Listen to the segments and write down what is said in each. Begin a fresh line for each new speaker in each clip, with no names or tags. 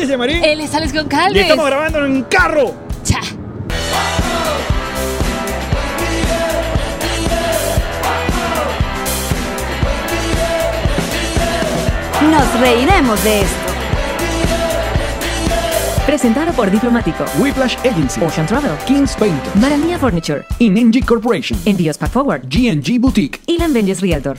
dice Marín.
Él es Alex
Y
Goncalves.
estamos grabando en un carro.
Cha.
Nos reiremos de esto.
Presentado por Diplomático,
Whiplash Agency,
Ocean Travel,
Kings Painter,
Maranía Furniture,
ING Corporation,
Envíos Pack Forward
GNG Boutique.
y Lambenges Realtor.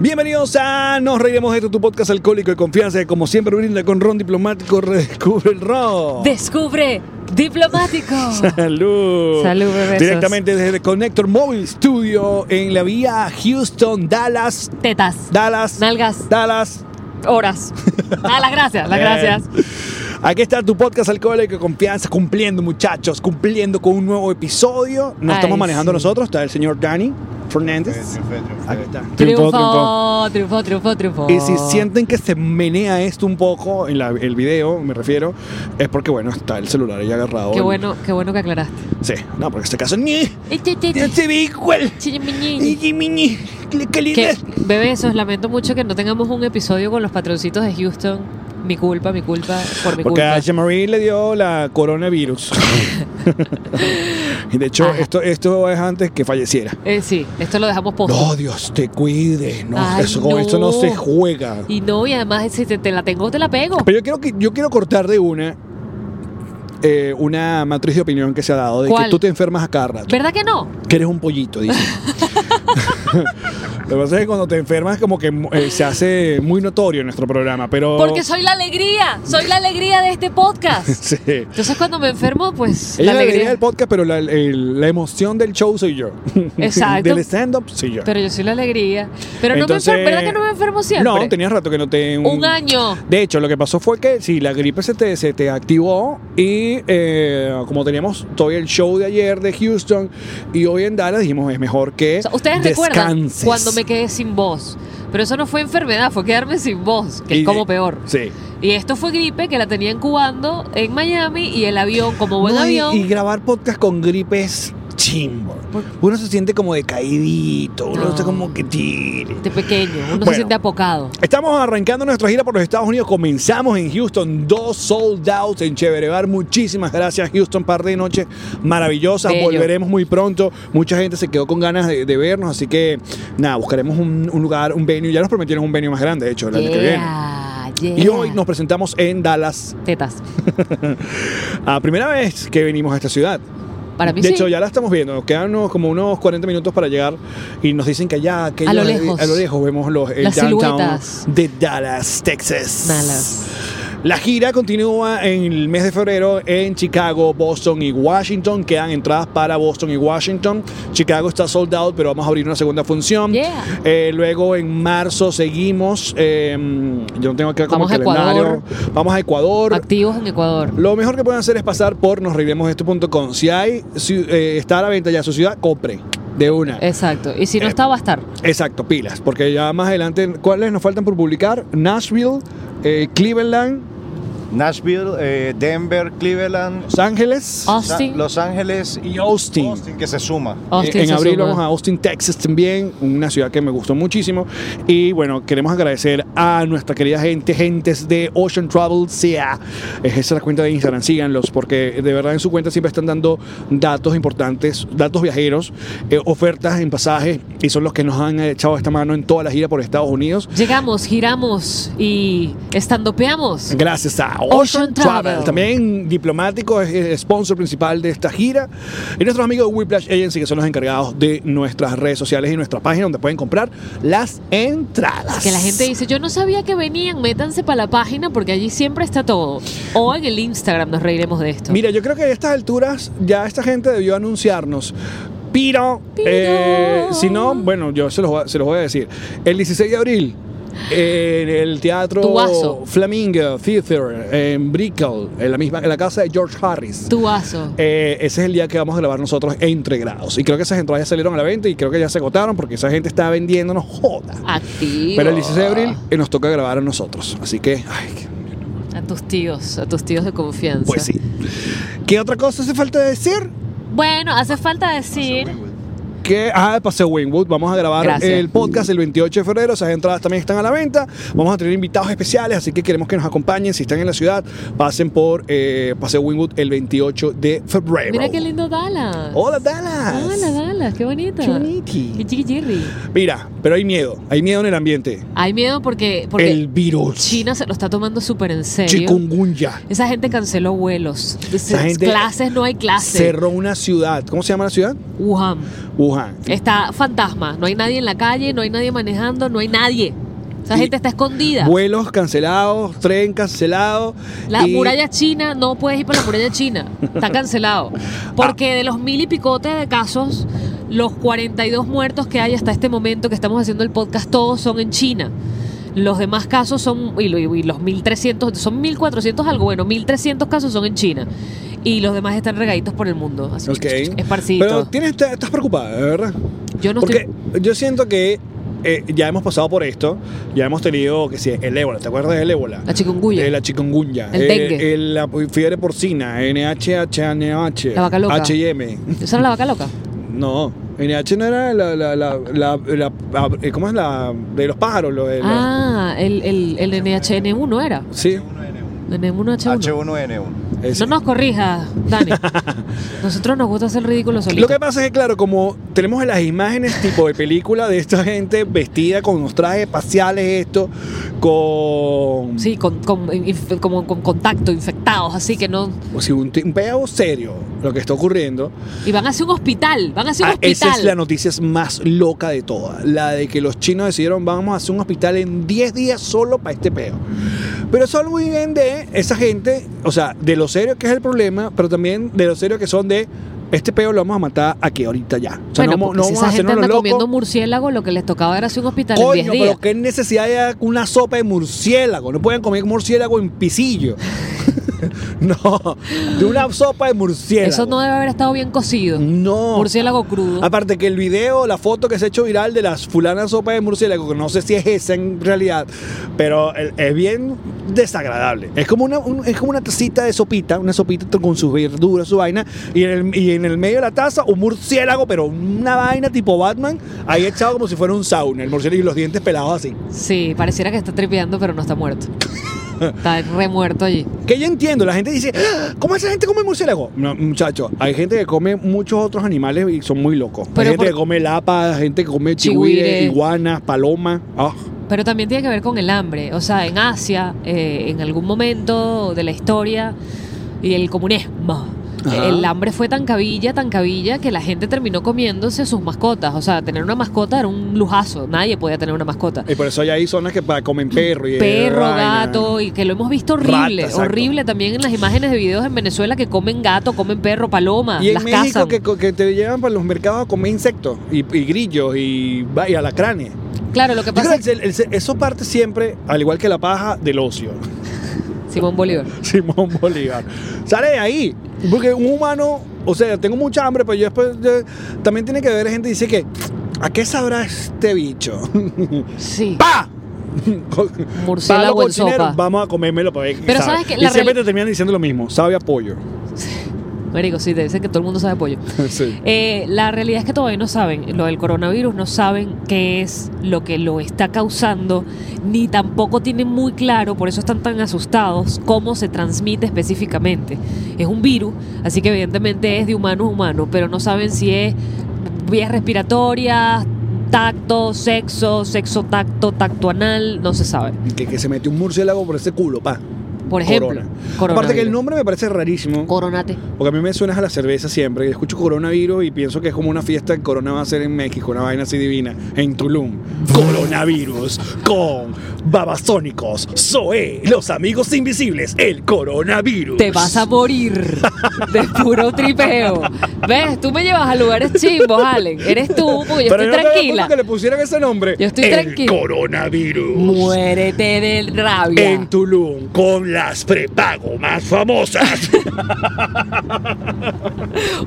Bienvenidos a Nos Reiremos de esto, tu podcast alcohólico de confianza que como siempre brinda con ron diplomático, redescubre el ron.
Descubre Diplomático.
Salud.
Salud, besos.
Directamente desde el Connector Mobile Studio en la vía Houston, Dallas.
Tetas.
Dallas.
Nalgas.
Dallas.
Horas. Ah, las gracias, las
Bien.
gracias.
Aquí está tu podcast Alcohólico de Confianza, cumpliendo muchachos, cumpliendo con un nuevo episodio. No
Ay,
estamos manejando
sí.
nosotros, está el señor Dani Fernández. Aquí está.
Triunfó, triunfó, triunfó, triunfó.
Y si sienten que se menea esto un poco, en la- el video me refiero, es porque, bueno, está el celular ahí agarrado.
Qué bueno, qué bueno que aclaraste.
Sí, no, porque en este caso... ¡Ni!
Chi-
¡Se ve igual!
chi-
¡Ni,
miñi.
ni, ni, ni! ¡Qué- qué lindo
Que,
es!
bebé, eso, lamento mucho que no tengamos un episodio con los patroncitos de Houston. Mi culpa, mi culpa, por mi
Porque a
culpa.
Marie le dio la coronavirus. y de hecho,
Ajá.
esto, esto es antes que falleciera.
Eh, sí, esto lo dejamos poco.
No, Dios te cuide. No,
Ay,
eso, con
no.
esto no se juega.
Y no, y además, si te, te la tengo, te la pego.
Pero yo quiero, que, yo quiero cortar de una eh, una matriz de opinión que se ha dado de
¿Cuál?
que tú te enfermas a cada rato.
¿Verdad que no?
Que eres un pollito, dice. Lo que pasa es que cuando te enfermas como que eh, se hace muy notorio en nuestro programa, pero...
Porque soy la alegría, soy la alegría de este podcast.
Sí.
Entonces cuando me enfermo, pues
Ella
la
es la alegría
alegría.
del podcast, pero la, el- la emoción del show soy yo.
Exacto.
del stand-up soy yo.
Pero yo soy la alegría. Pero no
Entonces-
me enfermo, ¿verdad que no me enfermo siempre?
No, tenías rato que no te...
un año.
De hecho, lo que pasó fue que sí, la gripe se te, se te activó y eh, como teníamos todavía el show de ayer de Houston y hoy en Dallas dijimos es mejor que
O sea, Ustedes recuerdan
descanses.
cuando me quedé sin voz. Pero eso no fue enfermedad, fue quedarme sin voz, que
Y-
es como peor.
Sí.
Y esto fue gripe que la tenía incubando en Miami y el avión, como buen
No, y-
avión.
Y, grabar podcast con gripe es chimbo. Uno se siente como decaídito, uno
No.
está como que tire.
de pequeño, uno
Bueno.
se siente apocado.
Estamos arrancando nuestra gira por los Estados Unidos. Comenzamos en Houston, dos sold outs en Chevrevar. Muchísimas gracias, Houston. Par de noches maravillosas.
Bello.
Volveremos muy pronto. Mucha gente se quedó con ganas de, de vernos, así que nada, buscaremos un, un lugar, un venue. Ya nos prometieron un venue más grande, de hecho, el año que viene.
Yeah, yeah.
Y hoy nos presentamos en Dallas,
Tetas.
a primera vez que venimos a esta ciudad.
Para mí
De
sí.
hecho, ya la estamos viendo. Nos quedan unos- como unos 40 minutos para llegar y nos dicen que allá, aquello-
A lo lejos.
a lo lejos vemos los, el
Las
downtown
siluetas.
de Dallas, Texas.
Dallas.
La gira continúa en el mes de febrero en Chicago, Boston y Washington. Quedan entradas para Boston y Washington. Chicago está sold out, pero vamos a abrir una segunda función.
Yeah.
Eh, luego en marzo seguimos. eh, yo no tengo acá como
Vamos
el
a
calendario.
Ecuador.
Vamos a Ecuador.
Activos en Ecuador.
Lo mejor que pueden hacer es pasar por nosreiremosdeesto.com. Si hay, si, eh, está a la venta ya su ciudad, compre de una.
Exacto. Y si no
Eh,
está, va a estar.
Exacto, pilas. Porque ya más adelante, ¿cuáles nos faltan por publicar? Nashville, eh, Cleveland,
Nashville, eh, Denver, Cleveland,
Los Ángeles.
Austin.
Sa- Los Ángeles
Y Austin.
que se suma.
Austin
en
se
abril
suma.
vamos a Austin, Texas también, una ciudad que me gustó muchísimo. Y bueno, queremos agradecer a nuestra querida gente, gentes de Ocean Travel CA. Es esa la cuenta de Instagram, síganlos, porque de verdad en su cuenta siempre están dando datos importantes, datos viajeros, eh, ofertas en pasajes, y son los que nos han echado esta mano en toda la gira por Estados Unidos.
Llegamos, giramos y estandopeamos.
Gracias a Ocean,
Ocean
Travel.
Travel.
También diplomático, es el sponsor principal de esta gira. Y nuestros amigos de Whiplash Agency, que son los encargados de nuestras redes sociales y nuestra página, donde pueden comprar las entradas.
Que la gente dice, yo no sabía que venían, métanse para la página porque allí siempre está todo. O en el Instagram nos reiremos de esto.
Mira, yo creo que a estas alturas ya esta gente debió anunciarnos. Pero,
Pero.
eh, si no, bueno, yo se los, voy a- se los voy a decir. El 16 de abril, eh, en el
Tu
teatro
vaso.
Flamingo Theater en Brickell, en la, misma, en la casa de George Harris.
Tu vaso.
Eh, ese es el día que vamos a grabar nosotros entre grados. Y creo que esas entradas ya salieron a la venta y creo que ya se agotaron porque esa gente está vendiéndonos joda.
Activo.
Pero el 16 de abril eh, nos toca grabar a nosotros. Así que, ay, que-
A tus tíos, a tus tíos de confianza.
pues sí. ¿Qué otra cosa hace falta decir?
Bueno, hace falta decir
que, ah, Paseo Wynwood, vamos a grabar
Gracias.
el podcast el 28 de febrero. Esas entradas también están a la venta. Vamos a tener invitados especiales, así que queremos que nos acompañen. Si están en la ciudad, pasen por eh, Paseo Wynwood el 28 de febrero.
Mira qué lindo Dallas.
Hola, Dallas.
Hola, Dallas, qué bonita.
Qué boniti.
Qué chiqui Jerry.
Mira, pero hay miedo, hay miedo en el ambiente.
Hay miedo porque, porque
el virus.
China se lo está tomando súper en serio.
Chikungunya.
Esa gente canceló vuelos.
Esa gente-
clases, no hay clases.
Cerró una ciudad. ¿Cómo se llama la ciudad?
Wuhan.
Wuhan.
Está fantasma. No hay nadie en la calle, no hay nadie manejando, no hay nadie. Esa
Y-
gente está escondida.
Vuelos cancelados, tren cancelado.
La
y-
muralla china, no puedes ir para la muralla china. Está cancelado.
Ah.
Porque de los mil y picote de casos, los 42 muertos que hay hasta este momento que estamos haciendo el podcast, todos son en China. Los demás casos son, y, lo- y los 1300, son 1400 algo, bueno, 1300 casos son en China. Y los demás están regaditos por el mundo, así
Ok. Pero
esparcidos.
tienes, te- estás preocupada, ¿verdad?
Yo no
Porque
estoy.
yo siento que eh, ya hemos pasado por esto, ya hemos tenido, que sí, el ébola, ¿te acuerdas del ébola?
La chikungunya.
Eh, la chikungunya.
El
eh,
dengue.
el- la fiebre porcina, NHH, NH,
La vaca loca.
HM.
¿Esa era la vaca loca?
No, NH no era la, la, la, la, la- la- eh, ¿cómo es la de los pájaros? Lo de, la-
Ah, el, el, el NHN1 era.
sí,
NM1H1.
H1N1.
ese.
No nos corrijas, Dani. Nosotros nos gusta hacer ridículo solitos.
Lo que pasa es que, claro, como tenemos las imágenes tipo de película de esta gente vestida con unos trajes espaciales, esto, con
Sí, con, con- inf- como con contacto, infectados, así que no.
o sea, un, te- un pegado serio lo que está ocurriendo.
Y van hacia un hospital, van hacia un
Ah, esa
hospital.
es la noticia más loca de todas, la de que los chinos decidieron vamos a hacer un hospital en 10 días solo para este peo. Pero eso habla muy bien de esa gente, o sea, de lo serio que es el problema, pero también de lo serio que son de este peo lo vamos a matar aquí ahorita ya. O sea, no,
bueno,
vamos-
porque
no
si
vamos a
esa gente
hacernos
anda
los
comiendo
locos.
murciélago, lo que les tocaba era hacia un hospital en
Coño,
10 días.
pero qué necesidad hay con una sopa de murciélago. No pueden comer murciélago en pisillo. no, de una sopa de murciélago.
Eso no debe haber estado bien cocido.
No. Ah,
Murciélago crudo.
Aparte que el video, la foto que se ha hecho viral de las fulanas sopa de murciélago, que no sé si es esa en realidad, pero el- es bien desagradable. Es como una, un- es como una tacita de sopita, una sopita t- con sus verduras, su vaina, y en, el, y en el medio de la taza un murciélago, pero una vaina tipo Batman, ahí echado como si fuera un sauna, el murciélago y los dientes pelados así.
Sí, pareciera que está tripeando, pero no está muerto. está remuerto allí.
Que yo entiendo, la gente dice, "Ah, ¿cómo esa gente come murciélago? No, muchacho, hay gente que come muchos otros animales y son muy locos.
Pero
hay gente
por-
que come lapa, gente que come
Chihuire.
chihuire, iguanas, palomas. Ah.
Pero también tiene que ver con el hambre. O sea, en Asia, eh, en algún momento de la historia y el comunismo,
Ajá.
el hambre fue tan cabilla, tan cabilla, que la gente terminó comiéndose sus mascotas. O sea, tener una mascota era un lujazo. Nadie podía tener una mascota.
Y por eso ya hay zonas que pa- comen perro y
Perro,
vaina.
gato, y que lo hemos visto horrible.
Rata, exacto.
horrible también en las imágenes de videos en Venezuela que comen gato, comen perro, paloma,
Y en
las
México
cazan.
que, co- que te llevan para los mercados a comer insectos y, y grillos y, va- y alacranes.
Claro, lo que
Yo creo
pasa
que el- el- eso parte siempre, al igual que la paja, del ocio.
Simón Bolívar.
Simón Bolívar. Sale de ahí. Porque un humano, o sea, tengo mucha hambre, pero yo después yo- también tiene que ver gente que dice que, ¿a qué sabrá este bicho?
Sí.
¡Pa!
Murciélago
Palo
en
cocinero,
sopa.
Vamos a comérmelo para ver qué
Pero
sabe.
sabes que
y
la
siempre
reali-
te terminan diciendo lo mismo, sabe a pollo.
Marico, sí, te dicen que todo el mundo sabe pollo.
Sí.
Eh, la realidad es que todavía no saben, lo del coronavirus no saben qué es lo que lo está causando, ni tampoco tienen muy claro, por eso están tan asustados, cómo se transmite específicamente. Es un virus, así que evidentemente es de humano a humano, pero no saben si es vías respiratorias, tacto, sexo, sexo tacto, tacto anal, no se sabe.
Que, que se metió un murciélago por ese culo, pa.
Por ejemplo,
Corona. Aparte
coronavirus.
que el nombre me parece rarísimo.
Coronate.
Porque a mí me suena a la cerveza siempre. Yo escucho coronavirus y pienso que es como una fiesta que Corona va a hacer en México, una vaina así divina, en Tulum. Coronavirus con Babasónicos, Zoe, los amigos invisibles, el coronavirus.
Te vas a morir de puro tripeo. ¿Ves? Tú me llevas a lugares chimbos, Allen. Eres tú, porque yo
Pero yo no estaba
estoy
de acuerdo
tranquila.
que le pusieran ese nombre.
Yo estoy
el
tranquila.
coronavirus.
Muérete del rabia.
en Tulum con las prepago más famosas.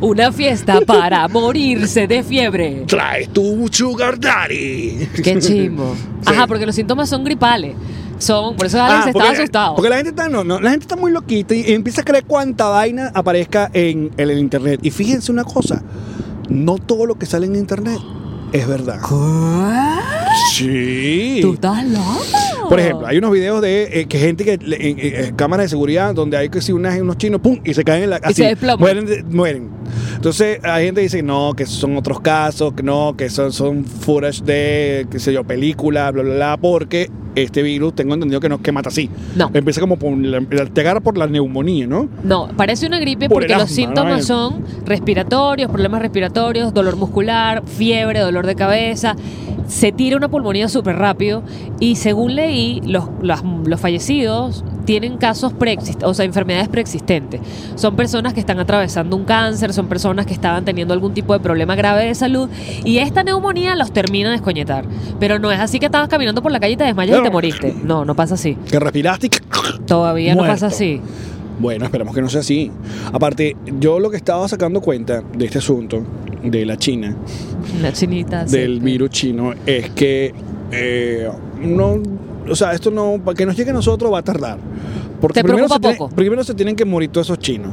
Una fiesta para morirse de fiebre.
Traes tu sugar daddy.
Qué chimbo. Ajá, porque los síntomas son gripales. Son, por eso Allen
Ah,
se estaba
porque-
asustado.
Porque la gente está, no, no, la gente está muy loquita y, y empieza a creer cuánta vaina aparezca en el, el internet. Y fíjense una cosa. no todo lo que sale en internet es verdad. Sí.
¿Tú estás loco?
Por ejemplo, hay unos videos de eh, que gente que le- en, en- en cámaras de seguridad donde hay que si unas, unos chinos, pum, y se caen en la así,
se desploman.
mueren, de- mueren. Entonces, hay gente que dice, "No, que son otros casos, que no, que son son footage de qué sé yo, película, bla bla bla, porque este virus tengo entendido que no que mata así."
No.
Empieza como por la- te agarra por la neumonía, ¿no?
No, parece una gripe
Por
porque
el
los
asma,
síntomas
¿no?
son respiratorios, problemas respiratorios, dolor muscular, fiebre, dolor de cabeza. Se tira una pulmonía súper rápido y según leí, los, las- los fallecidos tienen casos preexistentes, o sea, enfermedades preexistentes. Son personas que están atravesando un cáncer, son personas que estaban teniendo algún tipo de problema grave de salud y esta neumonía los termina de descoñetar. Pero no es así que estabas caminando por la calle y te desmayas y
No.
te moriste. No, no pasa así.
Que respiraste y
Todavía no
Muerto.
pasa así.
Bueno, esperamos que no sea así. Aparte, yo lo que estaba sacando cuenta de este asunto de la China,
La chinita. sí.
del virus chino, es que eh, no, o sea, esto no, para que nos llegue a nosotros va a tardar. Porque
¿Te
primero
preocupa
se, tiene-
poco?
primero se tienen que morir todos esos chinos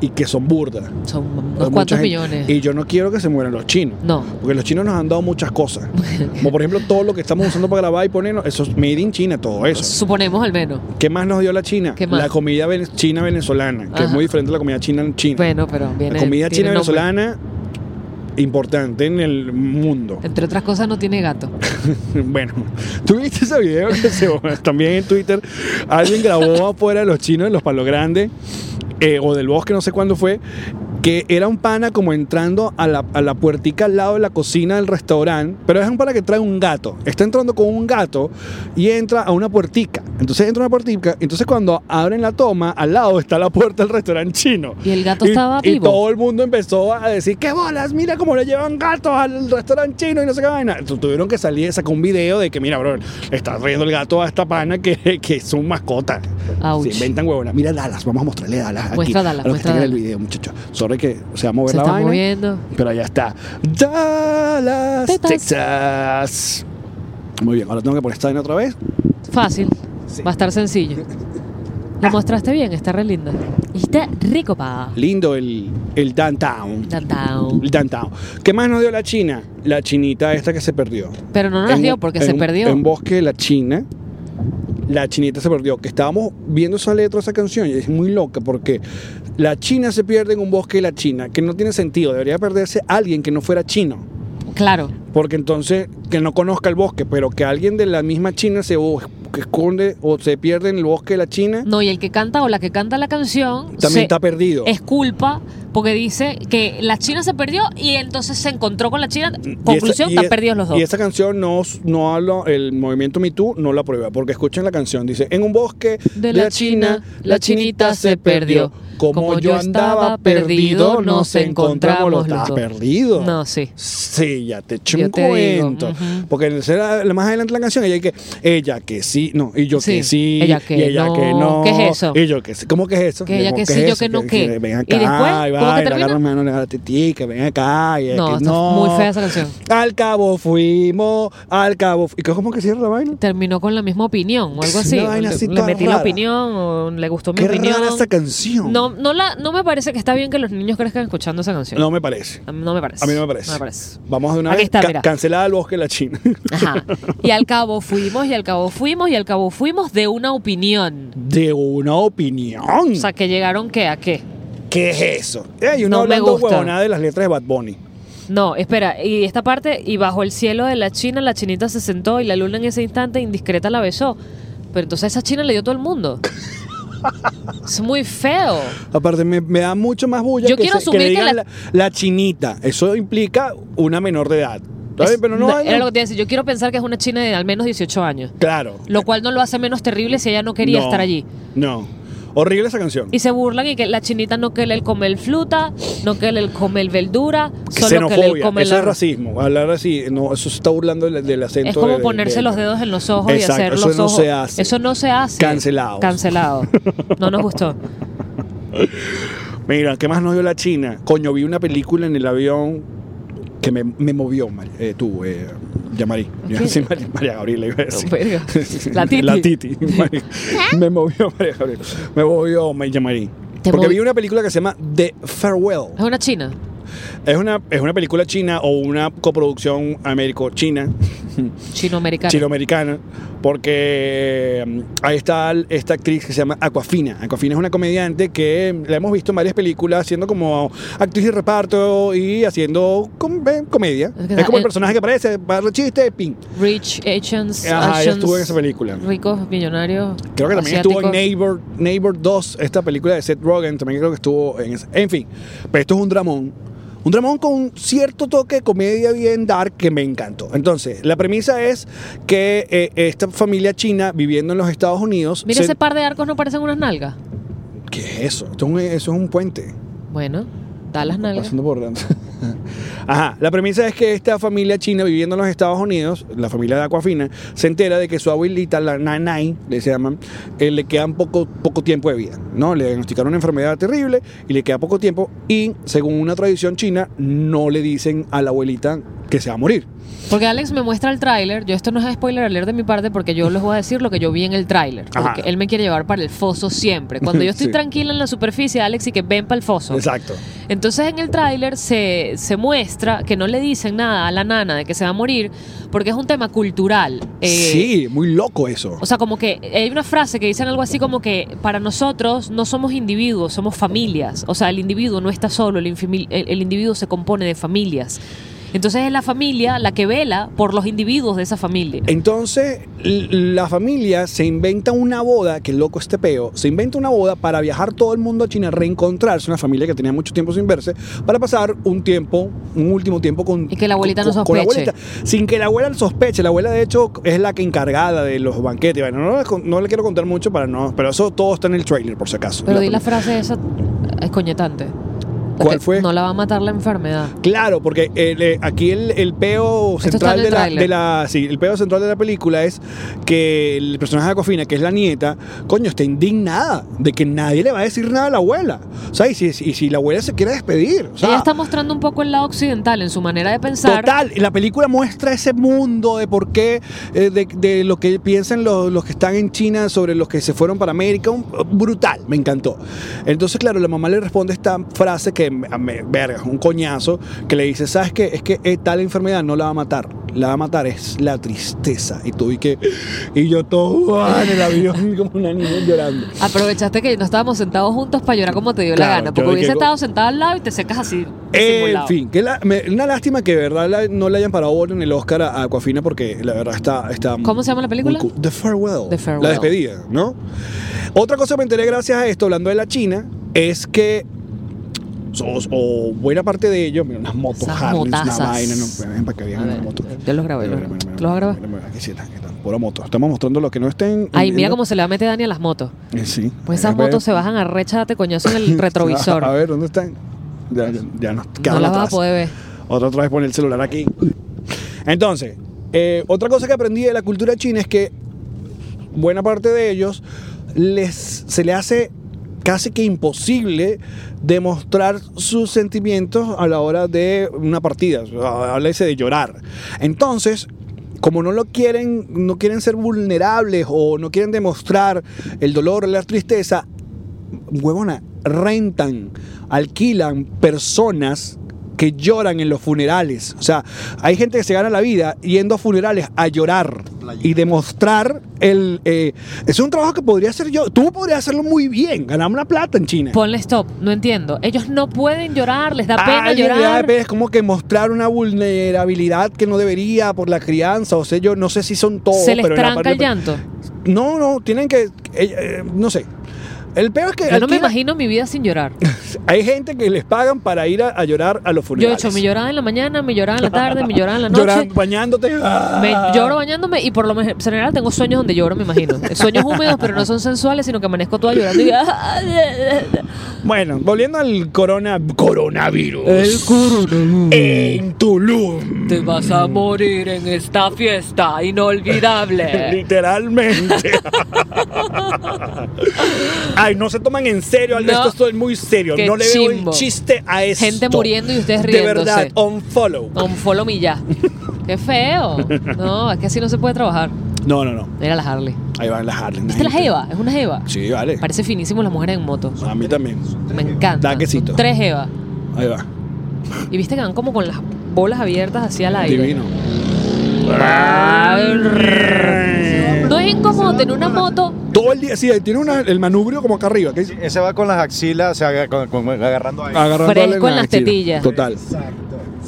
y que son burdas.
Son
Hay
unos
mucha
cuantos
gente-
millones.
Y yo no quiero que se mueran los chinos.
No.
Porque los chinos nos han dado muchas cosas. Como por ejemplo todo lo que estamos usando para grabar y ponernos. Eso es made in China, todo eso.
Suponemos al menos.
¿Qué más nos dio la China?
¿Qué más?
La comida vene- china venezolana, que es
Ajá.
muy diferente a la comida china en China.
Bueno, pero viene.
la comida
tiene
china
nombre.
venezolana importante en el mundo.
Entre otras cosas, no tiene gato.
bueno, tú viste ese video que se- también en Twitter alguien grabó afuera de los chinos en los palos grandes eh, o del bosque, no sé cuándo fue. Que era un pana como entrando a la, a la puertica al lado de la cocina del restaurante, pero es un pana que trae un gato. Está entrando con un gato y entra a una puertica. Entonces entra a una puertica, entonces cuando abren la toma, al lado está la puerta del restaurante chino.
Y el gato estaba
y
vivo.
todo el mundo empezó a decir, ¡qué bolas! Mira cómo le llevan gatos al restaurante chino y no sé qué vaina. Tu- Tuvieron que salir, sacó un video de que, mira, bro, le está riendo el gato a esta pana que, que es un mascota.
Ouch.
Se inventan huevona. Mira Dallas, vamos a mostrarle Dallas. aquí,
Muestra Dallas,
a los que
muestra
estén en el
Dallas.
video, muchachos. Sorry que se va a mover
Se
la
está
vaina.
moviendo.
Pero allá está. Dallas,
Tetas.
Texas. Muy bien, ahora tengo que poner esta vaina otra vez.
Fácil. Va a estar sencillo. La
Ah.
mostraste bien, está re linda. Y está rico, pa.
Lindo el, el downtown.
Downtown.
El downtown. ¿Qué más nos dio la China? La chinita esta que se perdió.
Pero no nos
En-
dio Ah, porque se
en-
perdió.
En bosque de la China. La chinita se perdió. Que estábamos viendo esa letra, esa canción, y es muy loca porque la China se pierde en un bosque de la China, que no tiene sentido. Debería perderse alguien que no fuera chino.
Claro.
Porque entonces, que no conozca el bosque, pero que alguien de la misma China se o- que esconde o se pierde en el bosque de la China,
No, y el que canta o la que canta la canción.
también
se-
está perdido.
Es culpa porque dice que la China se perdió y entonces se encontró con la China.
Y esa-
Conclusión,
y
están
e-
perdidos los dos.
Y esa canción no, no habla, el movimiento Me Too no la prueba, porque escuchen la canción, dice, en un bosque de, la China, la chinita se perdió. Como, yo andaba perdido, nos encontramos los dos.
dos.
perdido?
No, sí.
Sí, ya te eché un
Yo te digo,
cuento.
ujú.
Porque en el- será- más adelante en la canción ella que, ella que sí, no, y yo que
Sí,
sí,
ella que
y ella
no.
que no.
¿Qué es eso?
Y yo que sí. ¿Cómo que es eso?
Que ella
¿Cómo
que
es
sí, yo
eso?
que no, ¿qué?
Ven
¿Y
acá,
después?
y
¿Cómo
va,
que
y le
termina?
agarra la mano, le agarra la tetica, ven acá. Y ella
No,
que
está
no.
muy fea esa canción.
Al cabo fuimos, al cabo. fu- ¿Y cómo que cierra la vaina?
Terminó con la misma opinión o algo
Es
así.
una vaina
Le-
así
le
toda
metí
rara.
la opinión o le gustó mi
Qué
opinión.
rara esta canción.
No, no, la, no me parece que está bien que los niños crezcan escuchando esa canción.
No me parece.
A mí no me parece.
A mí no me parece.
No me parece.
Vamos de una
Aquí
vez.
está,
Ca-
mira.
cancelada el bosque de la China.
Ajá. Y al cabo fuimos, y al cabo fuimos, y al cabo fuimos de una opinión.
De una opinión.
O sea, que llegaron qué a qué.
¿Qué es eso? Eh, y uno
No me
hablando
gusta.
huevonada de las letras de Bad Bunny.
No, espera, y esta parte, y bajo el cielo de la China, la chinita se sentó y la luna en ese instante indiscreta la besó. Pero entonces esa China le dio todo el mundo. es muy feo.
Aparte, me, me da mucho más bulla
Yo
que,
quiero
se- que le
asumir que
digan la...
la-
la chinita. Eso implica una menor de edad. ¿Está bien?
Es-
Pero no,
no,
hay-
Era lo que te iba a decir. Yo quiero pensar que es una China de al menos 18 años.
Claro.
Lo cual no lo hace menos terrible si ella no quería
No,
estar allí.
No. Horrible esa canción.
Y se burlan y que la chinita no que le come el fruta, no que le come el verdura,
Que
solo que le
xenofobia.
come
Eso
la...
es racismo. Hablar así. No, eso se está burlando del, del acento.
Es como
de-
ponerse
de-
los dedos en los ojos
Exacto,
y hacer
eso
los
no
ojos.
se hace.
Eso no se hace.
Cancelados.
Cancelado. No nos gustó.
Mira, ¿qué más nos dio la China? Coño, vi una película en el avión que me, me movió, Mar- eh, tú, eh, Yamari. Yo
¿Qué?
sí, Mar- María, Gabriela iba a decir.
Verga. La Titi. ¿Eh?
La Titi. María- me movió María Gabriela. Me movió Yamari.
Te
Porque
movi- Ah.
vi una película que se llama The Farewell.
Es una china.
Es una, es una película china o una coproducción américo-china,
Chinoamericano.
chino-americana, porque mm, ahí está l- esta actriz que se llama Aquafina. Aquafina es una comediante que mm, la hemos visto en varias películas haciendo como actriz de reparto y haciendo com- eh, comedia.
Es que
Es como el
el-
personaje que aparece, barra chiste, pin.
Rich Asians.
Ajá, ella
Asians,
estuvo en esa película.
Ricos, millonarios.
Creo que también estuvo en
asiáticos.
Neighbor, Neighbor 2, esta película de Seth Rogen, también creo que estuvo en esa. En fin, pero esto es un dramón. Un dramón con un cierto toque de comedia bien dark que me encantó. Entonces, la premisa es que eh, esta familia china viviendo en los Estados Unidos...
Mira
se-
ese par de arcos, ¿no parecen unas nalgas?
¿Qué es eso? Esto es un, eso es un puente.
Bueno, da las nalgas.
Pasando por... Ajá, la premisa es que esta familia china viviendo en los Estados Unidos, la familia de Aquafina, se entera de que su abuelita, la nanay, le se llaman, eh, le quedan poco, poco tiempo de vida, ¿no? Le diagnosticaron una enfermedad terrible y le queda poco tiempo y, según una tradición china, no le dicen a la abuelita que se va a morir.
Porque Alex me muestra el tráiler. Yo esto no es spoiler alert de mi parte porque yo les voy a decir lo que yo vi en el tráiler.
Ajá.
Porque él me quiere llevar para el foso siempre. Cuando yo estoy
Sí.
tranquila en la superficie, Alex, y que ven para el foso.
Exacto.
Entonces en el tráiler se, se muestra que no le dicen nada a la nana de que se va a morir porque es un tema cultural. Eh,
sí, muy loco eso.
O sea, como que hay una frase que dicen algo así como que para nosotros no somos individuos, somos familias. O sea, el individuo no está solo, el, infimi- el- el individuo se compone de familias. Entonces es la familia la que vela por los individuos de esa familia.
Entonces, l- la familia se inventa una boda, que loco este peo, se inventa una boda para viajar todo el mundo a China, reencontrarse, una familia que tenía mucho tiempo sin verse, para pasar un tiempo, un último tiempo con...
Y que la abuelita
con-
no
con la
sospeche.
abuelita, sin que la abuela lo sospeche. La abuela, de hecho, es la que encargada de los banquetes. Bueno, no, le con- no le quiero contar mucho para no... Pero eso todo está en el trailer, por si acaso.
Pero
La
di la
peli-
frase esa es coñetante.
¿Cuál
Que
fue?
No la va a matar la enfermedad.
Claro, porque el, eh, aquí el, el peo
Esto está
central
en el
de la,
tráiler.
de la- sí, el peo central de la película es que el personaje de Cofina, que es la nieta, coño, está indignada de que nadie le va a decir nada a la abuela. O sea, y si, y si la abuela se quiere despedir. O sea,
Ella está mostrando un poco el lado occidental en su manera de pensar.
Total, la película muestra ese mundo de por qué, eh, de, de lo que piensan los, los que están en China sobre los que se fueron para América. un- uh, brutal, me encantó. Entonces, claro, la mamá le responde esta frase que, me- me- verga, es un coñazo, que le dice, ¿sabes qué? Es que eh, tal enfermedad no la va a matar. La va a matar es la tristeza. Y tuve que... Y yo todo ah, en el avión como una niña llorando.
Aprovechaste que no estábamos sentados juntos para llorar como te dio
Claro,
la gana.
yo
Porque
dije,
hubiese
go-
estado sentado al lado y te secas así.
En
disimulado.
fin, que la- me- una lástima que de verdad la- no le hayan parado bola en el Oscar a a Aquafina porque la verdad está... está
¿Cómo se llama la película?
muy cool. The Farewell.
The Farewell.
La despedida, ¿no? Otra cosa que me enteré gracias a esto, hablando de la China, es que o, o buena parte de ellos, mira, unas motos
Esas
Harley, una
motazas.
vaina, no, ven para que vean
A
las
ver,
motos.
yo los grabé,
Mira,
los-
mira, mira,
¿los vas a grabar?
mira, mira, Aquí sí, están, aquí están, pura moto. Estamos mostrando lo que no estén.
Ay, mira
en-
cómo se le va a meter Dani a las motos.
Eh, Sí.
Pues esas
A ver.
motos se bajan a recha, date coñazo en el retrovisor.
A ver, ¿dónde están? Ya, ya, ya nos
no
quedaron
las vas a
atrás.
poder ver.
Otra, otra vez pone el celular aquí. Entonces, eh, otra cosa que aprendí de la cultura china es que buena parte de ellos les, se le hace casi que imposible demostrar sus sentimientos a la hora de una partida, hablarse de llorar. Entonces, como no lo quieren, no quieren ser vulnerables o no quieren demostrar el dolor, la tristeza, huevona, rentan, alquilan personas que lloran en los funerales. O sea, hay gente que se gana la vida yendo a funerales a llorar y demostrar el... eh, es un trabajo que podría hacer yo. Tú podrías hacerlo muy bien, ganar una plata en China.
Ponle stop, no entiendo. Ellos no pueden llorar, les da pena
Ay, le da
llorar.
pena, Es como que mostrar una vulnerabilidad que no debería por la crianza, o sea, yo no sé si son todos.
se les
pero en la
tranca el
parte-
llanto.
No, no, tienen que, eh, eh, no sé. El peor es que
Yo no me
alquilan-
imagino mi vida sin llorar.
hay gente que les pagan para ir a, a llorar a los
Yo he
funerales.
hecho mi llorada en la mañana, mi llorada en la tarde, mi llorada en la noche.
Llorando, bañándote. ¡ah!
Me lloro bañándome y por lo me- general tengo sueños donde lloro, me imagino. Sueños húmedos, pero no son sensuales, sino que amanezco toda llorando. Y...
Bueno, volviendo al corona, coronavirus. El coronavirus. En Tulum.
Te vas a morir en esta fiesta inolvidable.
Literalmente. Ay, no se toman en serio. Al
No.
Esto estoy muy serio.
Qué
no le veo el
chimbo.
chiste a esto.
Gente muriendo y ustedes
De
riéndose.
verdad, on follow.
Un follow me ya. Qué feo. No, es que así no se puede trabajar.
No, no, no.
Mira la Harley.
Ahí van las Harley.
¿Viste la Jeva? Es una Jeva.
Sí, vale.
Parece finísimo las mujeres en moto.
A mí también.
Me encanta.
Da quesito.
Son Tres Jeva.
Ahí va.
Y viste que van como con las bolas abiertas hacia el aire.
Divino.
No es incómodo tener una moto.
Todo el día, sí, tiene una- el manubrio como acá arriba, que es
Ese va con las axilas, o sea, aga- con- con- agarrando ahí.
agarrando
Fresco en las
axila.
tetillas.
Total.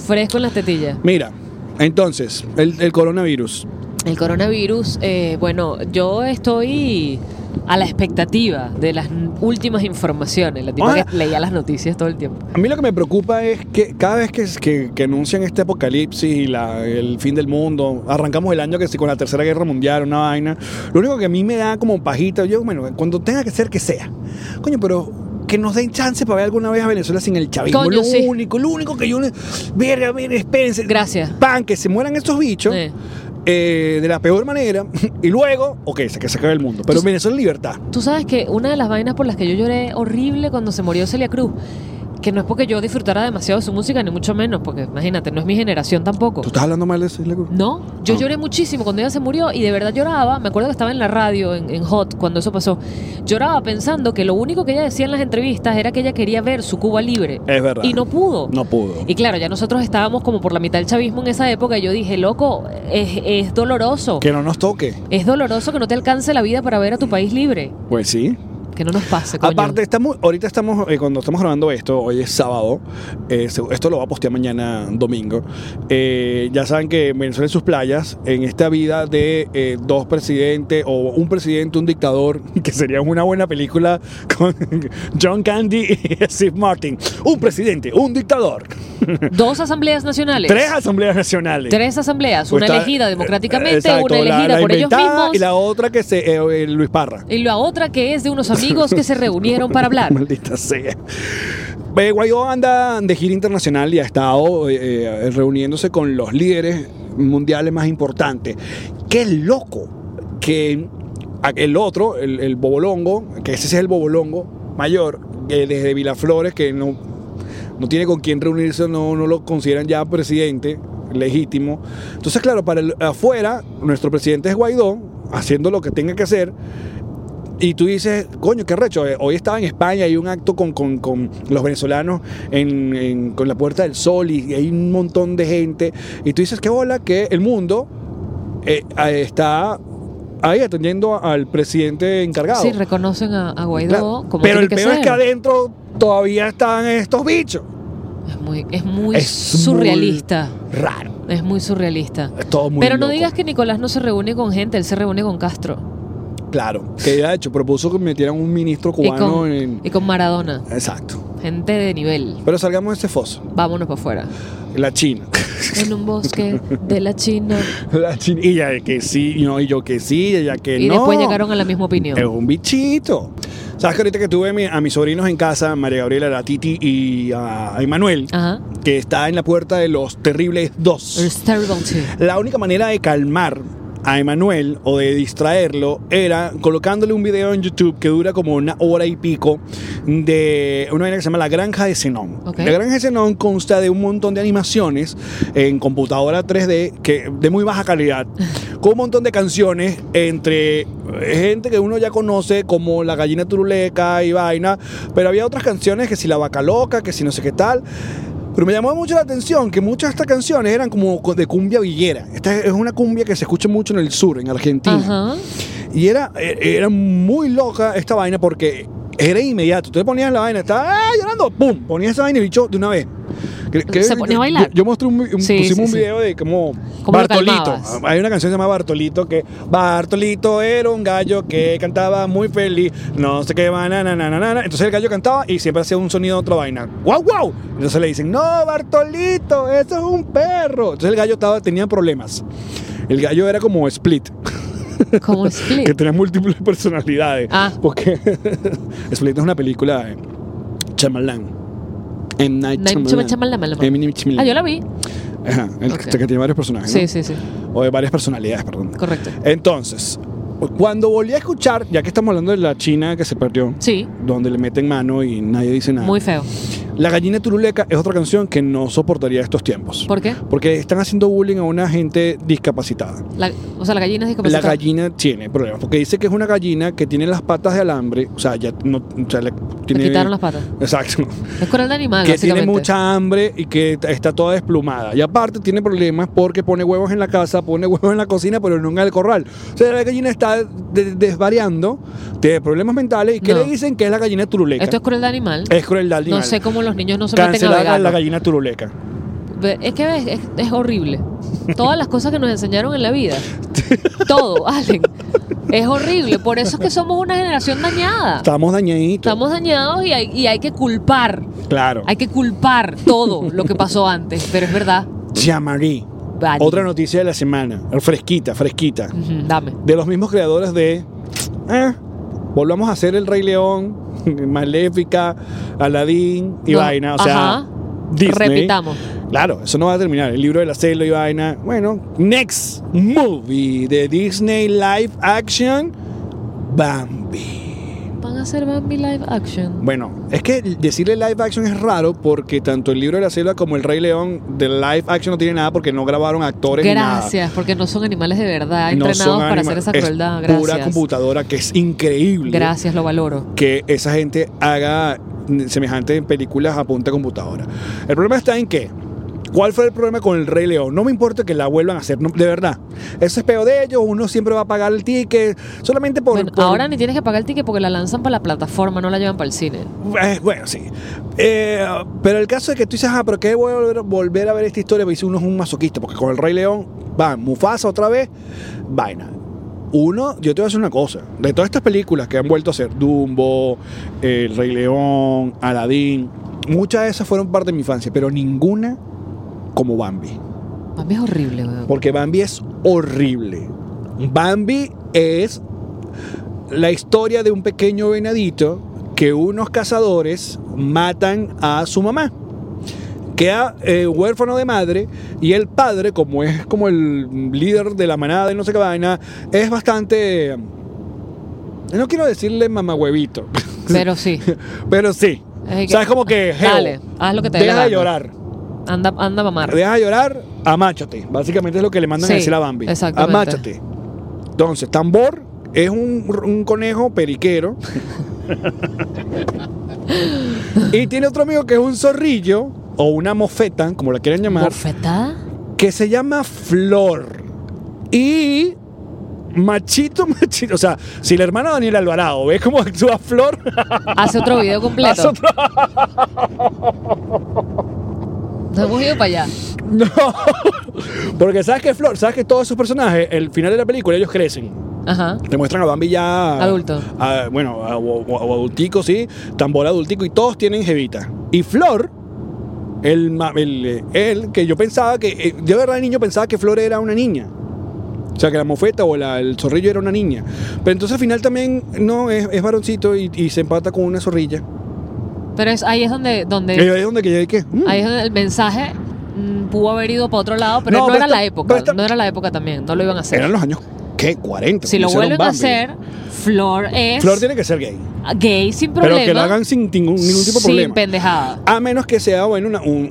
Fresco en las tetillas.
Mira, entonces, el, el coronavirus.
El coronavirus, eh, bueno, yo estoy a la expectativa de las n- últimas informaciones. La tipa
Ahora-
que leía las noticias todo el tiempo.
A mí lo que me preocupa es que cada vez que, que- que anuncian este apocalipsis y la- el fin del mundo, arrancamos el año que sí con la Tercera Guerra Mundial, una vaina. Lo único que a mí me da como pajita, yo, bueno, cuando tenga que ser, que sea. Coño, pero que nos den chance para ver alguna vez a Venezuela sin el chavismo.
Coño,
lo
sí.
único, lo único que yo... le- Verga, verga, espérense.
Gracias.
Pan, que se mueran estos bichos.
Eh.
eh, de la peor manera y luego, ok, se que se acabe el mundo, pero Venezuela en libertad.
Tú sabes que una de las vainas por las que yo lloré horrible cuando se murió Celia Cruz, que no es porque yo disfrutara demasiado de su música, ni mucho menos, porque imagínate, no es mi generación tampoco.
¿Tú estás hablando mal de Celia Cruz?
No, yo
Ah.
lloré muchísimo cuando ella se murió y de verdad lloraba. Me acuerdo que estaba en la radio, en, en Hot, cuando eso pasó. Lloraba pensando que lo único que ella decía en las entrevistas era que ella quería ver su Cuba libre.
Es verdad.
Y no pudo.
No pudo.
Y claro, ya nosotros estábamos como por la mitad del chavismo en esa época y yo dije, loco, es, es doloroso.
Que no nos toque.
Es doloroso que no te alcance la vida para ver a tu país libre.
Pues sí.
Que no nos pase, coño.
Aparte, estamos, ahorita estamos, eh, cuando estamos grabando esto, hoy es sábado, eh, se- esto lo va a postear mañana domingo. Eh, ya saben que en Venezuela y sus playas, en esta vida de eh, dos presidentes o un presidente, un dictador, que sería una buena película con John Candy y Steve Martin. Un presidente, un dictador,
Dos asambleas nacionales.
tres asambleas nacionales.
Tres asambleas.
Pues
Una
está-
elegida democráticamente,
Exacto,
una
la-
elegida
la
por ellos
inventada
mismos.
Y la otra que se, eh, eh, Luis Parra.
Y la otra que es de unos amigos que se reunieron para hablar.
Maldita sea. Eh, Guaidó anda de gira internacional y ha estado eh, eh, reuniéndose con los líderes mundiales más importantes. Qué loco que a- el otro, el, el bobolongo, que ese sí es el bobolongo mayor, eh, desde Vilaflores, que no, no tiene con quién reunirse, no, no lo consideran ya presidente legítimo. Entonces, claro, para el- afuera, nuestro presidente es Guaidó, haciendo lo que tenga que hacer, y tú dices, coño, qué recho. eh, Hoy estaba en España, hay un acto con, con- con los venezolanos en, en- con la Puerta del Sol y hay un montón de gente. Y tú dices, qué bola que el mundo eh, ah, está ahí atendiendo al presidente encargado.
Sí, reconocen a, a Guaidó
Claro.
como
Pero
tiene
el
que
peor es
ser.
que adentro todavía están estos bichos.
Es muy, es muy
Es
surrealista.
muy raro.
Es muy surrealista.
Es todo muy
Pero no
loco.
digas que Nicolás no se reúne con gente, él se reúne con Castro.
Claro, que de hecho propuso que metieran un ministro
Y
cubano
con,
en.
y con Maradona.
Exacto.
Gente de nivel.
Pero salgamos de ese foso.
Vámonos para afuera.
La China.
En un bosque de la China.
La chin- y ella que sí, y no, y yo que sí, y ella que
Y
no. Eh,
después llegaron a la misma opinión.
Es un bichito. ¿Sabes que ahorita que tuve a, mi- a mis sobrinos en casa, a María Gabriela, a la Titi y a Emanuel,
Ajá.
que está en la puerta de los terribles dos?
It's terrible too.
La única manera de calmar a Emanuel o de distraerlo era colocándole un video en YouTube que dura como una hora y pico de una vaina que se llama La Granja de Zenón.
Ok.
La Granja de Zenón consta de un montón de animaciones en computadora 3D que, de muy baja calidad, con un montón de canciones entre gente que uno ya conoce como La Gallina Turuleca y vaina, pero había otras canciones que si La Vaca Loca, que si no sé qué tal. Pero me llamó mucho la atención que muchas de estas canciones eran como co- de cumbia villera. Esta es una cumbia que se escucha mucho en el sur, en Argentina.
Ajá.
Y era, e- era muy loca esta vaina porque era inmediato. Tú le ponías la vaina, estaba ah, llorando, pum, ponías esa vaina y el bicho de una vez. Cre- creo
Se
que-
ponía a
yo-
bailar.
Yo, mostré un, un-
Sí,
pusimos
sí,
un
sí.
video de como
¿Cómo lo
Bartolito.
calmabas?
Hay una canción que se llama Bartolito que Bartolito era un gallo que cantaba muy feliz, no sé qué, banana, na, na, na, na. Entonces el gallo cantaba y siempre hacía un sonido de otra vaina. ¡Guau, guau! Entonces le dicen, no, Bartolito, eso es un perro. Entonces el gallo estaba, tenía problemas. El gallo era como split
Como
que
Split.
tenía múltiples personalidades.
Ah.
Porque Split es una película de Chamalán. M. Night
Night
Shyamalan.
Shyamalan.
M. Night Shyamalan.
Ah, yo la vi.
Ajá, el que-
Ok.
que tiene varios personajes.
Sí,
¿Ah, ¿no?
sí, sí.
O de varias personalidades, perdón.
Correcto.
Entonces, cuando volví a escuchar, ya que estamos hablando de la China que se perdió,
Sí.
Ah. donde le meten mano y nadie dice nada.
Muy feo.
La gallina turuleca es otra canción que no soportaría estos tiempos.
¿Por qué?
Porque están haciendo bullying a una gente discapacitada.
La- o sea, la gallina es
La
discapacitada.
gallina tiene problemas, porque dice que es una gallina que tiene las patas de alambre, o sea, ya no, o sea, le,
Le
tiene,
quitaron las patas.
Exacto.
Es coral de animal,
que tiene
básicamente.
mucha hambre y que t- está toda desplumada. Y aparte tiene problemas porque pone huevos en la casa, pone huevos en la cocina, pero nunca en el corral. O sea, la gallina está de- desvariando, tiene problemas mentales y que
No.
le dicen que es la gallina turuleca.
Esto es cruel de animal.
Es crueldad animal.
No sé cómo los niños no se meten a
Cancelar a la
vegano.
gallina turuleca.
Ve- Es que ves, es, es horrible. Todas las cosas que nos enseñaron en la vida. Todo, Allen. Es horrible. Por eso es que somos una generación dañada.
Estamos dañaditos.
Estamos dañados y hay, y hay que culpar.
Claro.
Hay que culpar todo lo que pasó antes. Pero es verdad.
Yamari.
Vale.
Otra noticia de la semana. Fresquita, fresquita.
Ujú, Dame.
De los mismos creadores de. eh, volvamos a hacer El Rey León, Maléfica, Aladdin y
No,
vaina. O sea,
ajá.
Disney.
Repitamos.
Claro, eso no va a terminar. El libro de la celda y vaina. Bueno, next movie de Disney Live Action: Bambi.
Van a hacer Bambi live action.
Bueno, es que decirle live action es raro porque tanto el libro de la selva como el Rey León de live action no tiene nada porque no grabaron actores ni nada.
Gracias, porque no son animales de verdad
No
entrenados
son
para
anima-
hacer esa
es
crueldad.
Pura
Gracias.
computadora que es increíble.
Gracias, lo valoro.
Que esa gente haga semejante en películas a punta de computadora. El problema está en que. ¿Cuál fue el problema con el Rey León? No me importa que la vuelvan a hacer, no- de verdad. Eso es peor de ellos, uno siempre va a pagar el ticket, solamente por...
Bueno,
por-
ahora ni tienes que pagar el ticket porque la lanzan para la plataforma, no la llevan para el cine.
Eh, bueno, sí. Eh, pero el caso es que tú dices, ah, pero ¿qué voy a volver, volver a ver esta historia? Porque dice uno es un masoquista, porque con el Rey León, va, Mufasa otra vez, vaina. Uno, yo te voy a decir una cosa, de todas estas películas que han vuelto a hacer, Dumbo, El Rey León, Aladdin, muchas de esas fueron parte de mi infancia, pero ninguna como Bambi.
Bambi es horrible, weón.
Porque Bambi es horrible. Bambi es la historia de un pequeño venadito que unos cazadores matan a su mamá. Queda eh, huérfano de madre y el padre, como es como el líder de la manada y no sé qué vaina, es bastante... No quiero decirle mamahuevito,
Pero sí.
pero sí.
Es
o sea, es como que... "Geo,
Dale, haz lo que te dé la
Deja de
gana".
llorar.
Anda, anda a mamar.
Deja de llorar, amáchate. Básicamente es lo que le mandan
Sí,
a decir a Bambi.
exactamente.
Amáchate. Entonces, tambor es un, un conejo periquero. y tiene otro amigo que es un zorrillo o una mofeta, como la quieran llamar,
¿Bofetada?
que se llama Flor. Y machito, machito. O sea, si el hermano Daniel Alvarado ves cómo actúa Flor,
Hace otro video
hace
completo.
otro-
Nos hemos ido para allá.
No. Porque sabes que Flor, sabes que todos esos personajes, el final de la película, ellos crecen.
Ajá.
Te muestran a Bambi ya.
Adulto.
a- bueno, a, o- o- o adultico, sí. Tambor adultico. Y todos tienen jevita. Y Flor, el, ma- el, eh, él, que yo pensaba que. eh, Yo de verdad de niño pensaba que Flor era una niña. O sea, que la mofeta o la- el zorrillo era una niña. Pero entonces al final también, no, es, es varoncito y, y se empata con una zorrilla.
Pero es, ahí es donde,
Y ahí
donde,
es donde que yo dije, "Mm".
ahí es donde el mensaje mm, pudo haber ido para otro lado,
No,
pero no,
pero
era
esta-
la
pero
época.
esta-
No era la época también. No lo iban a hacer.
Eran los años, ¿qué? 40.
si lo
cuando
vuelven
hicieron
a
Bambi.
hacer, Flor es
Flor tiene que ser gay.
gay sin problema.
Pero que lo hagan sin ningún, ningún tipo de
Sin
problema.
pendejada.
A menos que sea, bueno, una- un,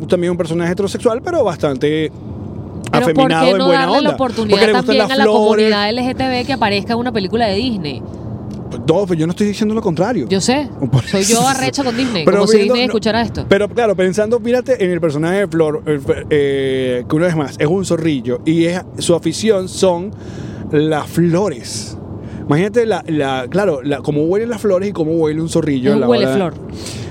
un- también un personaje heterosexual, pero bastante
Pero ¿por
afeminado
qué no
en buena
darle
onda.
la oportunidad
porque le gustan
también
las
a la
flores.
comunidad LGTB que aparezca en una película de Disney?
No, pero yo no estoy diciendo lo contrario.
Yo sé,
Por
soy
eso.
yo arrecha con Disney,
Pero
como si
viendo-
Disney
no,
escuchara esto.
Pero claro, pensando, mírate en el personaje de Flor, eh, eh, que una vez más es un zorrillo y es, su afición son las flores. Imagínate, la, la- claro, la, cómo huelen las flores y cómo huele un zorrillo.
Es
a
un
la
huele
hora-
flor.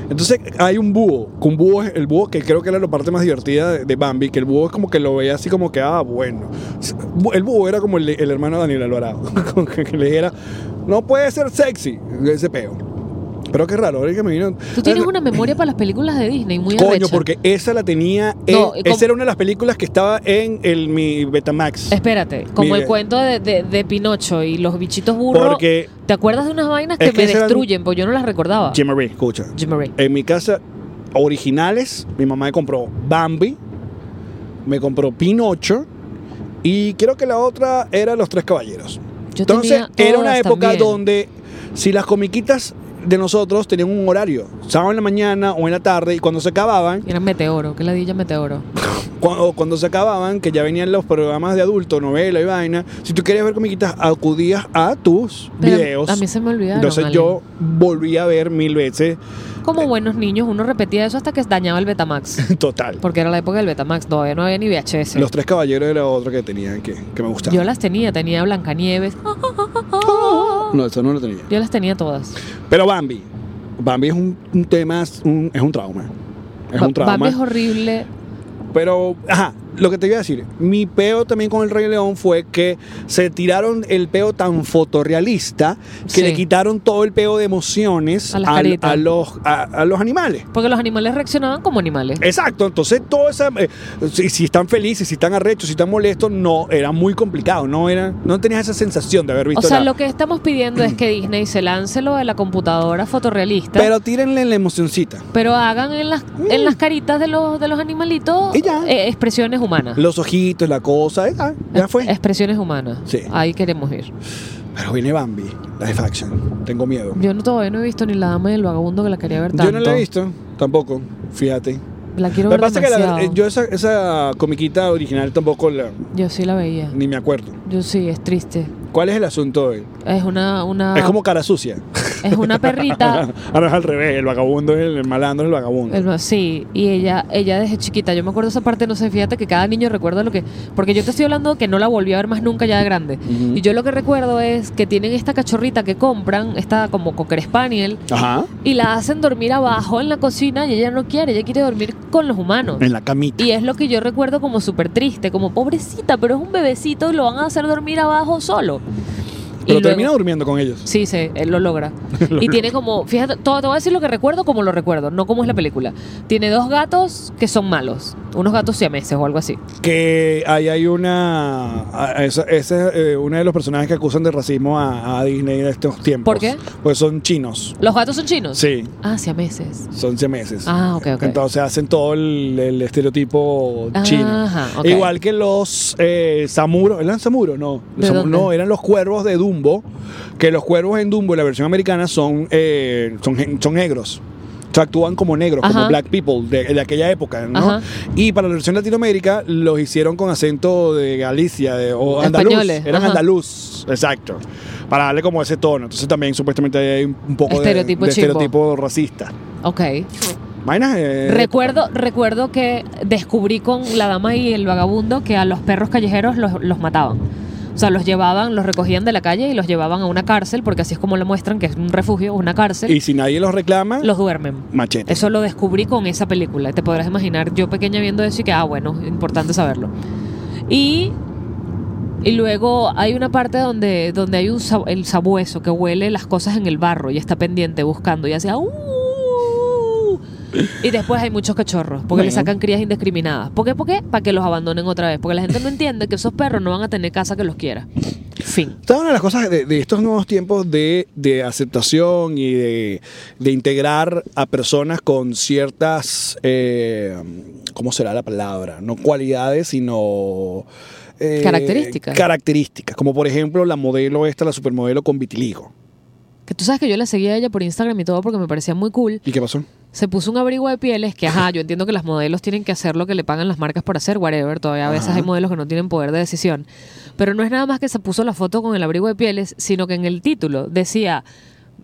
Entonces hay un búho, que un búho es el búho que creo que era la parte más divertida de, de Bambi, que el búho es como que lo veía así como que, ah, bueno. El búho era como el, el hermano de Daniel Alvarado, como que le dijera, no puede ser sexy, ese peo. Pero qué raro, ahorita que me vino...
Tú tienes una memoria para las películas de Disney muy
Coño,
arrecha.
porque esa la tenía, en-
No, y como-
esa era una de las películas que estaba en el, mi Betamax.
Espérate, como
Mire.
el cuento de, de- de Pinocho y los bichitos burros.
Porque-
¿Te acuerdas de unas vainas
Es
que,
que
me
esas eran-
destruyen? Porque yo no las recordaba.
Jim Marie, escucha.
Jim Ray.
En mi casa, originales, mi mamá me compró Bambi, me compró Pinocho y creo que la otra era Los Tres Caballeros.
Yo
Entonces,
tenía
era una
todas
época
también.
donde si las comiquitas de nosotros tenían un horario, sábado en la mañana o en la tarde, y cuando se acababan,
Era meteoro, que ladilla meteoro.
cuando, cuando se acababan, que ya venían los programas de adulto, novela y vaina, si tú querías ver comiquitas, acudías a tus
Pero
videos.
a mí se me olvidaron,
Entonces
Ale.
yo eh, volví a ver mil veces,
Como buenos niños, uno repetía eso hasta que dañaba el Betamax.
total,
Porque era la época del Betamax, todavía no había ni VHS.
los tres caballeros era otro que tenían que, que me gustaba.
Yo las tenía, tenía Blancanieves.
Ah. No, eso no lo tenía.
Yo las tenía todas.
Pero Bambi, Bambi es un, un tema, es un- es un trauma. Es
Ba-
un trauma.
Bambi es horrible.
Pero, ajá, lo que te iba a decir, mi peo también con el Rey León fue que se tiraron el peo tan fotorrealista que
Sí.
le quitaron todo el peo de emociones
A las caritas.
a los, a- a los animales.
Porque los animales reaccionaban como animales.
Exacto, entonces todo esa eh, si, si están felices, si están arrechos, si están molestos, no, era muy complicado, no era, no tenías esa sensación de haber visto
O sea,
la-
lo que estamos pidiendo es que Disney se lance lo de la computadora fotorrealista.
Pero tírenle la emocioncita.
pero hagan en las, en las caritas de los, de los animalitos
Mm. Y ya.
eh, expresiones humanas.
Los ojitos, la cosa, eh, ya, ya fue.
Expresiones humanas.
Sí.
Ahí queremos ir.
Pero viene Bambi, live action. Tengo miedo.
Yo no, todavía no he visto ni la dama y el vagabundo que la quería ver tanto.
Yo no la he visto, tampoco, fíjate.
La quiero
Lo
ver
que pasa es que la- eh,
demasiado.
yo esa, esa comiquita original tampoco la,
Yo sí la veía.
ni me acuerdo.
Yo sí, es triste.
¿Cuál es el asunto hoy?
Es una, una,
Es como cara sucia.
es una perrita.
Ahora es al revés, el vagabundo es el, el malandro, es el vagabundo.
El ma- sí, y ella, ella desde chiquita, yo me acuerdo esa parte, no sé, fíjate que cada niño recuerda lo que, porque yo te estoy hablando que no la volví a ver más nunca ya de grande.
Ujú.
Y yo lo que recuerdo es que tienen esta cachorrita que compran, esta como cocker spaniel,
Ajá.
y la hacen dormir abajo en la cocina y ella no quiere, ella quiere dormir con los humanos.
En la camita.
Y es lo que yo recuerdo como súper triste, como pobrecita, pero es un bebecito y lo van a hacer dormir abajo solo. Y
Pero
luego-
termina durmiendo con ellos.
Sí, sí, él lo logra. y tiene como, fíjate, todo, te voy a decir lo que recuerdo como lo recuerdo, no como es la película. Tiene dos gatos que son malos, unos gatos siameses o algo así.
Que ahí hay una. a- a- Esa, esa es eh, una de los personajes que acusan de racismo a, a Disney de estos tiempos.
¿Por qué?
Pues son chinos.
¿Los gatos son chinos?
Sí.
Ah, siameses.
Son siameses.
Ah, ok, ok.
Entonces hacen todo el, el estereotipo chino.
Ajá, ok.
Igual que los eh, samuros, ¿eran samuros? No,
¿De
Samu-
dónde?
no, eran los cuervos de Dumbo, que los cuervos en Dumbo, en la versión americana, son, eh, son, gen- son negros. O sea, actúan como negros,
Ajá.
como black people de, de aquella época, ¿no?
Ajá.
Y para la versión Latinoamérica los hicieron con acento de Galicia de- o andaluz.
Españoles,
Eran
ajá.
andaluz, exacto. Para darle como ese tono. Entonces también supuestamente hay un un poco de-
Estereotipo
de
chimbo.
estereotipo racista.
Ok.
Vainas, eh,
recuerdo, recuerdo que descubrí con la dama y el vagabundo que a los perros callejeros los, los mataban. O sea, los llevaban, los recogían de la calle y los llevaban a una cárcel, porque así es como lo muestran, que es un refugio, una cárcel.
Y si nadie los reclama,
los duermen.
machete.
Eso lo descubrí con esa película. Te podrás imaginar yo pequeña viendo eso y que, ah, bueno, importante saberlo. Y, y luego hay una parte donde, donde hay un sa- el sabueso que huele las cosas en el barro y está pendiente buscando y hace "Au". Y después hay muchos cachorros, porque le
Bueno.
sacan crías indiscriminadas. ¿Por qué? ¿Por qué? Para que los abandonen otra vez. Porque la gente no entiende que esos perros no van a tener casa que los quiera. Fin.
Esta es una de las cosas de, de estos nuevos tiempos de, de aceptación y de, de integrar a personas con ciertas, eh, ¿cómo será la palabra? No cualidades, sino... eh,
Características.
Características, como por ejemplo la modelo esta, la supermodelo con vitiligo.
Que tú sabes que yo la seguía a ella por Instagram y todo porque me parecía muy cool.
¿Y qué pasó?
se puso un abrigo de pieles que, ajá, yo entiendo que las modelos tienen que hacer lo que le pagan las marcas por hacer, whatever. Todavía a veces hay modelos que no tienen poder de decisión. Pero no es nada más que se puso la foto con el abrigo de pieles, sino que en el título decía,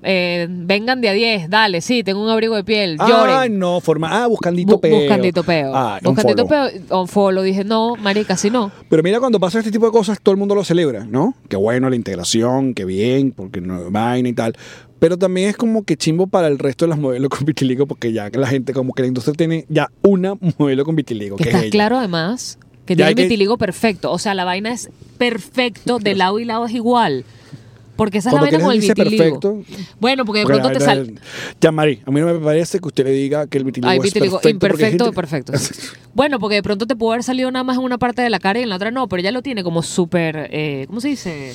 eh, vengan de a 10, dale, sí, tengo un abrigo de piel,
Ah,
lloren.
no, forma... Ah, buscandito
Bu-
peo.
Buscandito peo.
Ah, un
buscandito
follow.
peo. follow. Dije, no, marica, si no.
Pero mira, cuando pasa este tipo de cosas, todo el mundo lo celebra, ¿no? Qué bueno la integración, qué bien, porque no vaina y tal. Pero también es como que chimbo para el resto de las modelos con vitiligo, porque ya que la gente, como que la industria tiene ya una modelo con vitiligo.
Que
Que
estás
es ella.
claro además que
Ya
tiene
hay
el
que-
vitiligo perfecto. O sea, la vaina es perfecto, de lado y lado es igual. Porque esa es la
Cuando
vaina
quieres
con el
dice
vitiligo.
perfecto.
bueno, porque de
Porque la
pronto te
vaina
sal...
es- Ya, Mari, a mí no me parece que usted le diga que el vitiligo
Ay,
es
vitiligo,
perfecto. porque hay
imperfecto o
gente-
perfecto. sí. Bueno, porque de pronto te puede haber salido nada más en una parte de la cara y en la otra no, pero ya lo tiene como súper, eh, ¿cómo se dice?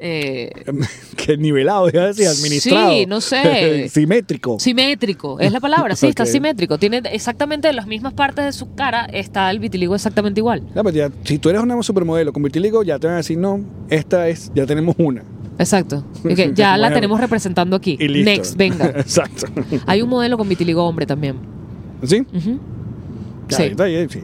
Eh,
que nivelado, ya decía, administrado.
Sí, no sé.
Simétrico.
simétrico, es la palabra, sí, está
Ok.
simétrico. Tiene exactamente las mismas partes de su cara, está el vitiligo exactamente igual.
Ya, pues ya, si tú eres una supermodelo con vitiligo, ya te van a decir, no, esta es, ya tenemos una.
Exacto. Y que ya la
Bueno.
tenemos representando aquí.
Y listo.
Next, venga.
Exacto.
Hay un modelo con vitiligo hombre también.
¿Sí?
Ujú.
Ya,
Sí.
ya, ya, sí.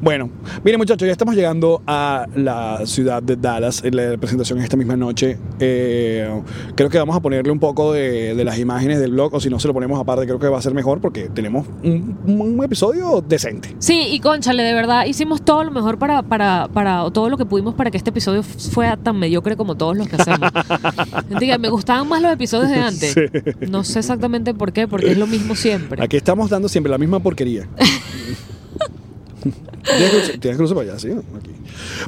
Bueno, miren muchachos, ya estamos llegando a la ciudad de Dallas. La presentación es esta misma noche. Eh, creo que vamos a ponerle un poco de, de las imágenes del blog, o si no se lo ponemos aparte, creo que va a ser mejor porque tenemos un, un episodio decente.
Sí, y conchale, de verdad, hicimos todo lo mejor para, para, para o todo lo que pudimos para que este episodio f- fuera tan mediocre como todos los que hacemos. Diga, me gustaban más los episodios de antes. No sé exactamente por qué, porque es lo mismo siempre.
Aquí estamos dando siempre la misma porquería. Tienes cruce, tienes cruce para allá, ¿sí? Aquí.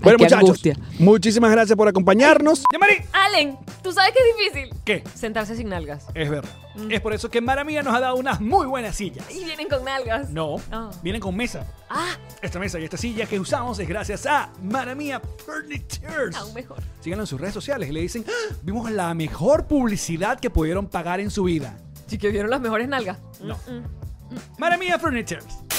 Bueno,
qué
muchachos,
angustia.
muchísimas gracias por acompañarnos.
Allen, tú sabes que es difícil
¿Qué?
sentarse sin nalgas.
Es verdad.
Mm.
Es por eso que Mara Mía nos ha dado unas muy buenas sillas.
Y vienen con nalgas.
No,
Ah.
vienen con mesa.
Ah,
Esta mesa y esta silla que usamos es gracias a Mara Mía Furniture.
aún mejor.
Síganlo en sus redes sociales y le dicen, "Ah, vimos la mejor publicidad que pudieron pagar en su vida.
Sí que vieron las mejores nalgas.
No.
mm,
Mara Mía Furniture.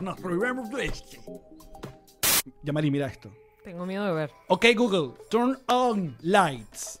nos programas Yamari, mira esto.
Tengo miedo de ver.
Ok, Google, turn on lights.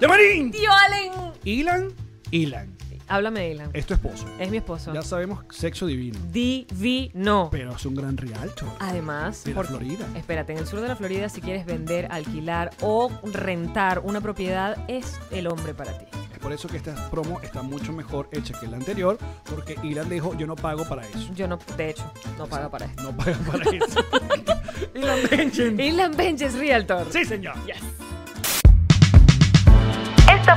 ¡Llamarín!
¡Tío Allen!
Ilan, Ilan,
Háblame de Ilan.
es tu esposo.
Es mi esposo.
Ya sabemos, sexo divino.
Divino.
Pero es un gran rialto.
Además,
De la
Ah, por-
Florida.
Espérate, en el sur de la Florida, si quieres vender, alquilar o rentar una propiedad, es el hombre para ti.
Es por eso que esta promo está mucho mejor hecha que la anterior, porque Ilan dijo, yo no pago para eso.
Yo no, de hecho, no paga para esto.
No paga para eso. Ilan Benjen.
Inland Benches Realtor.
Sí, señor.
Esta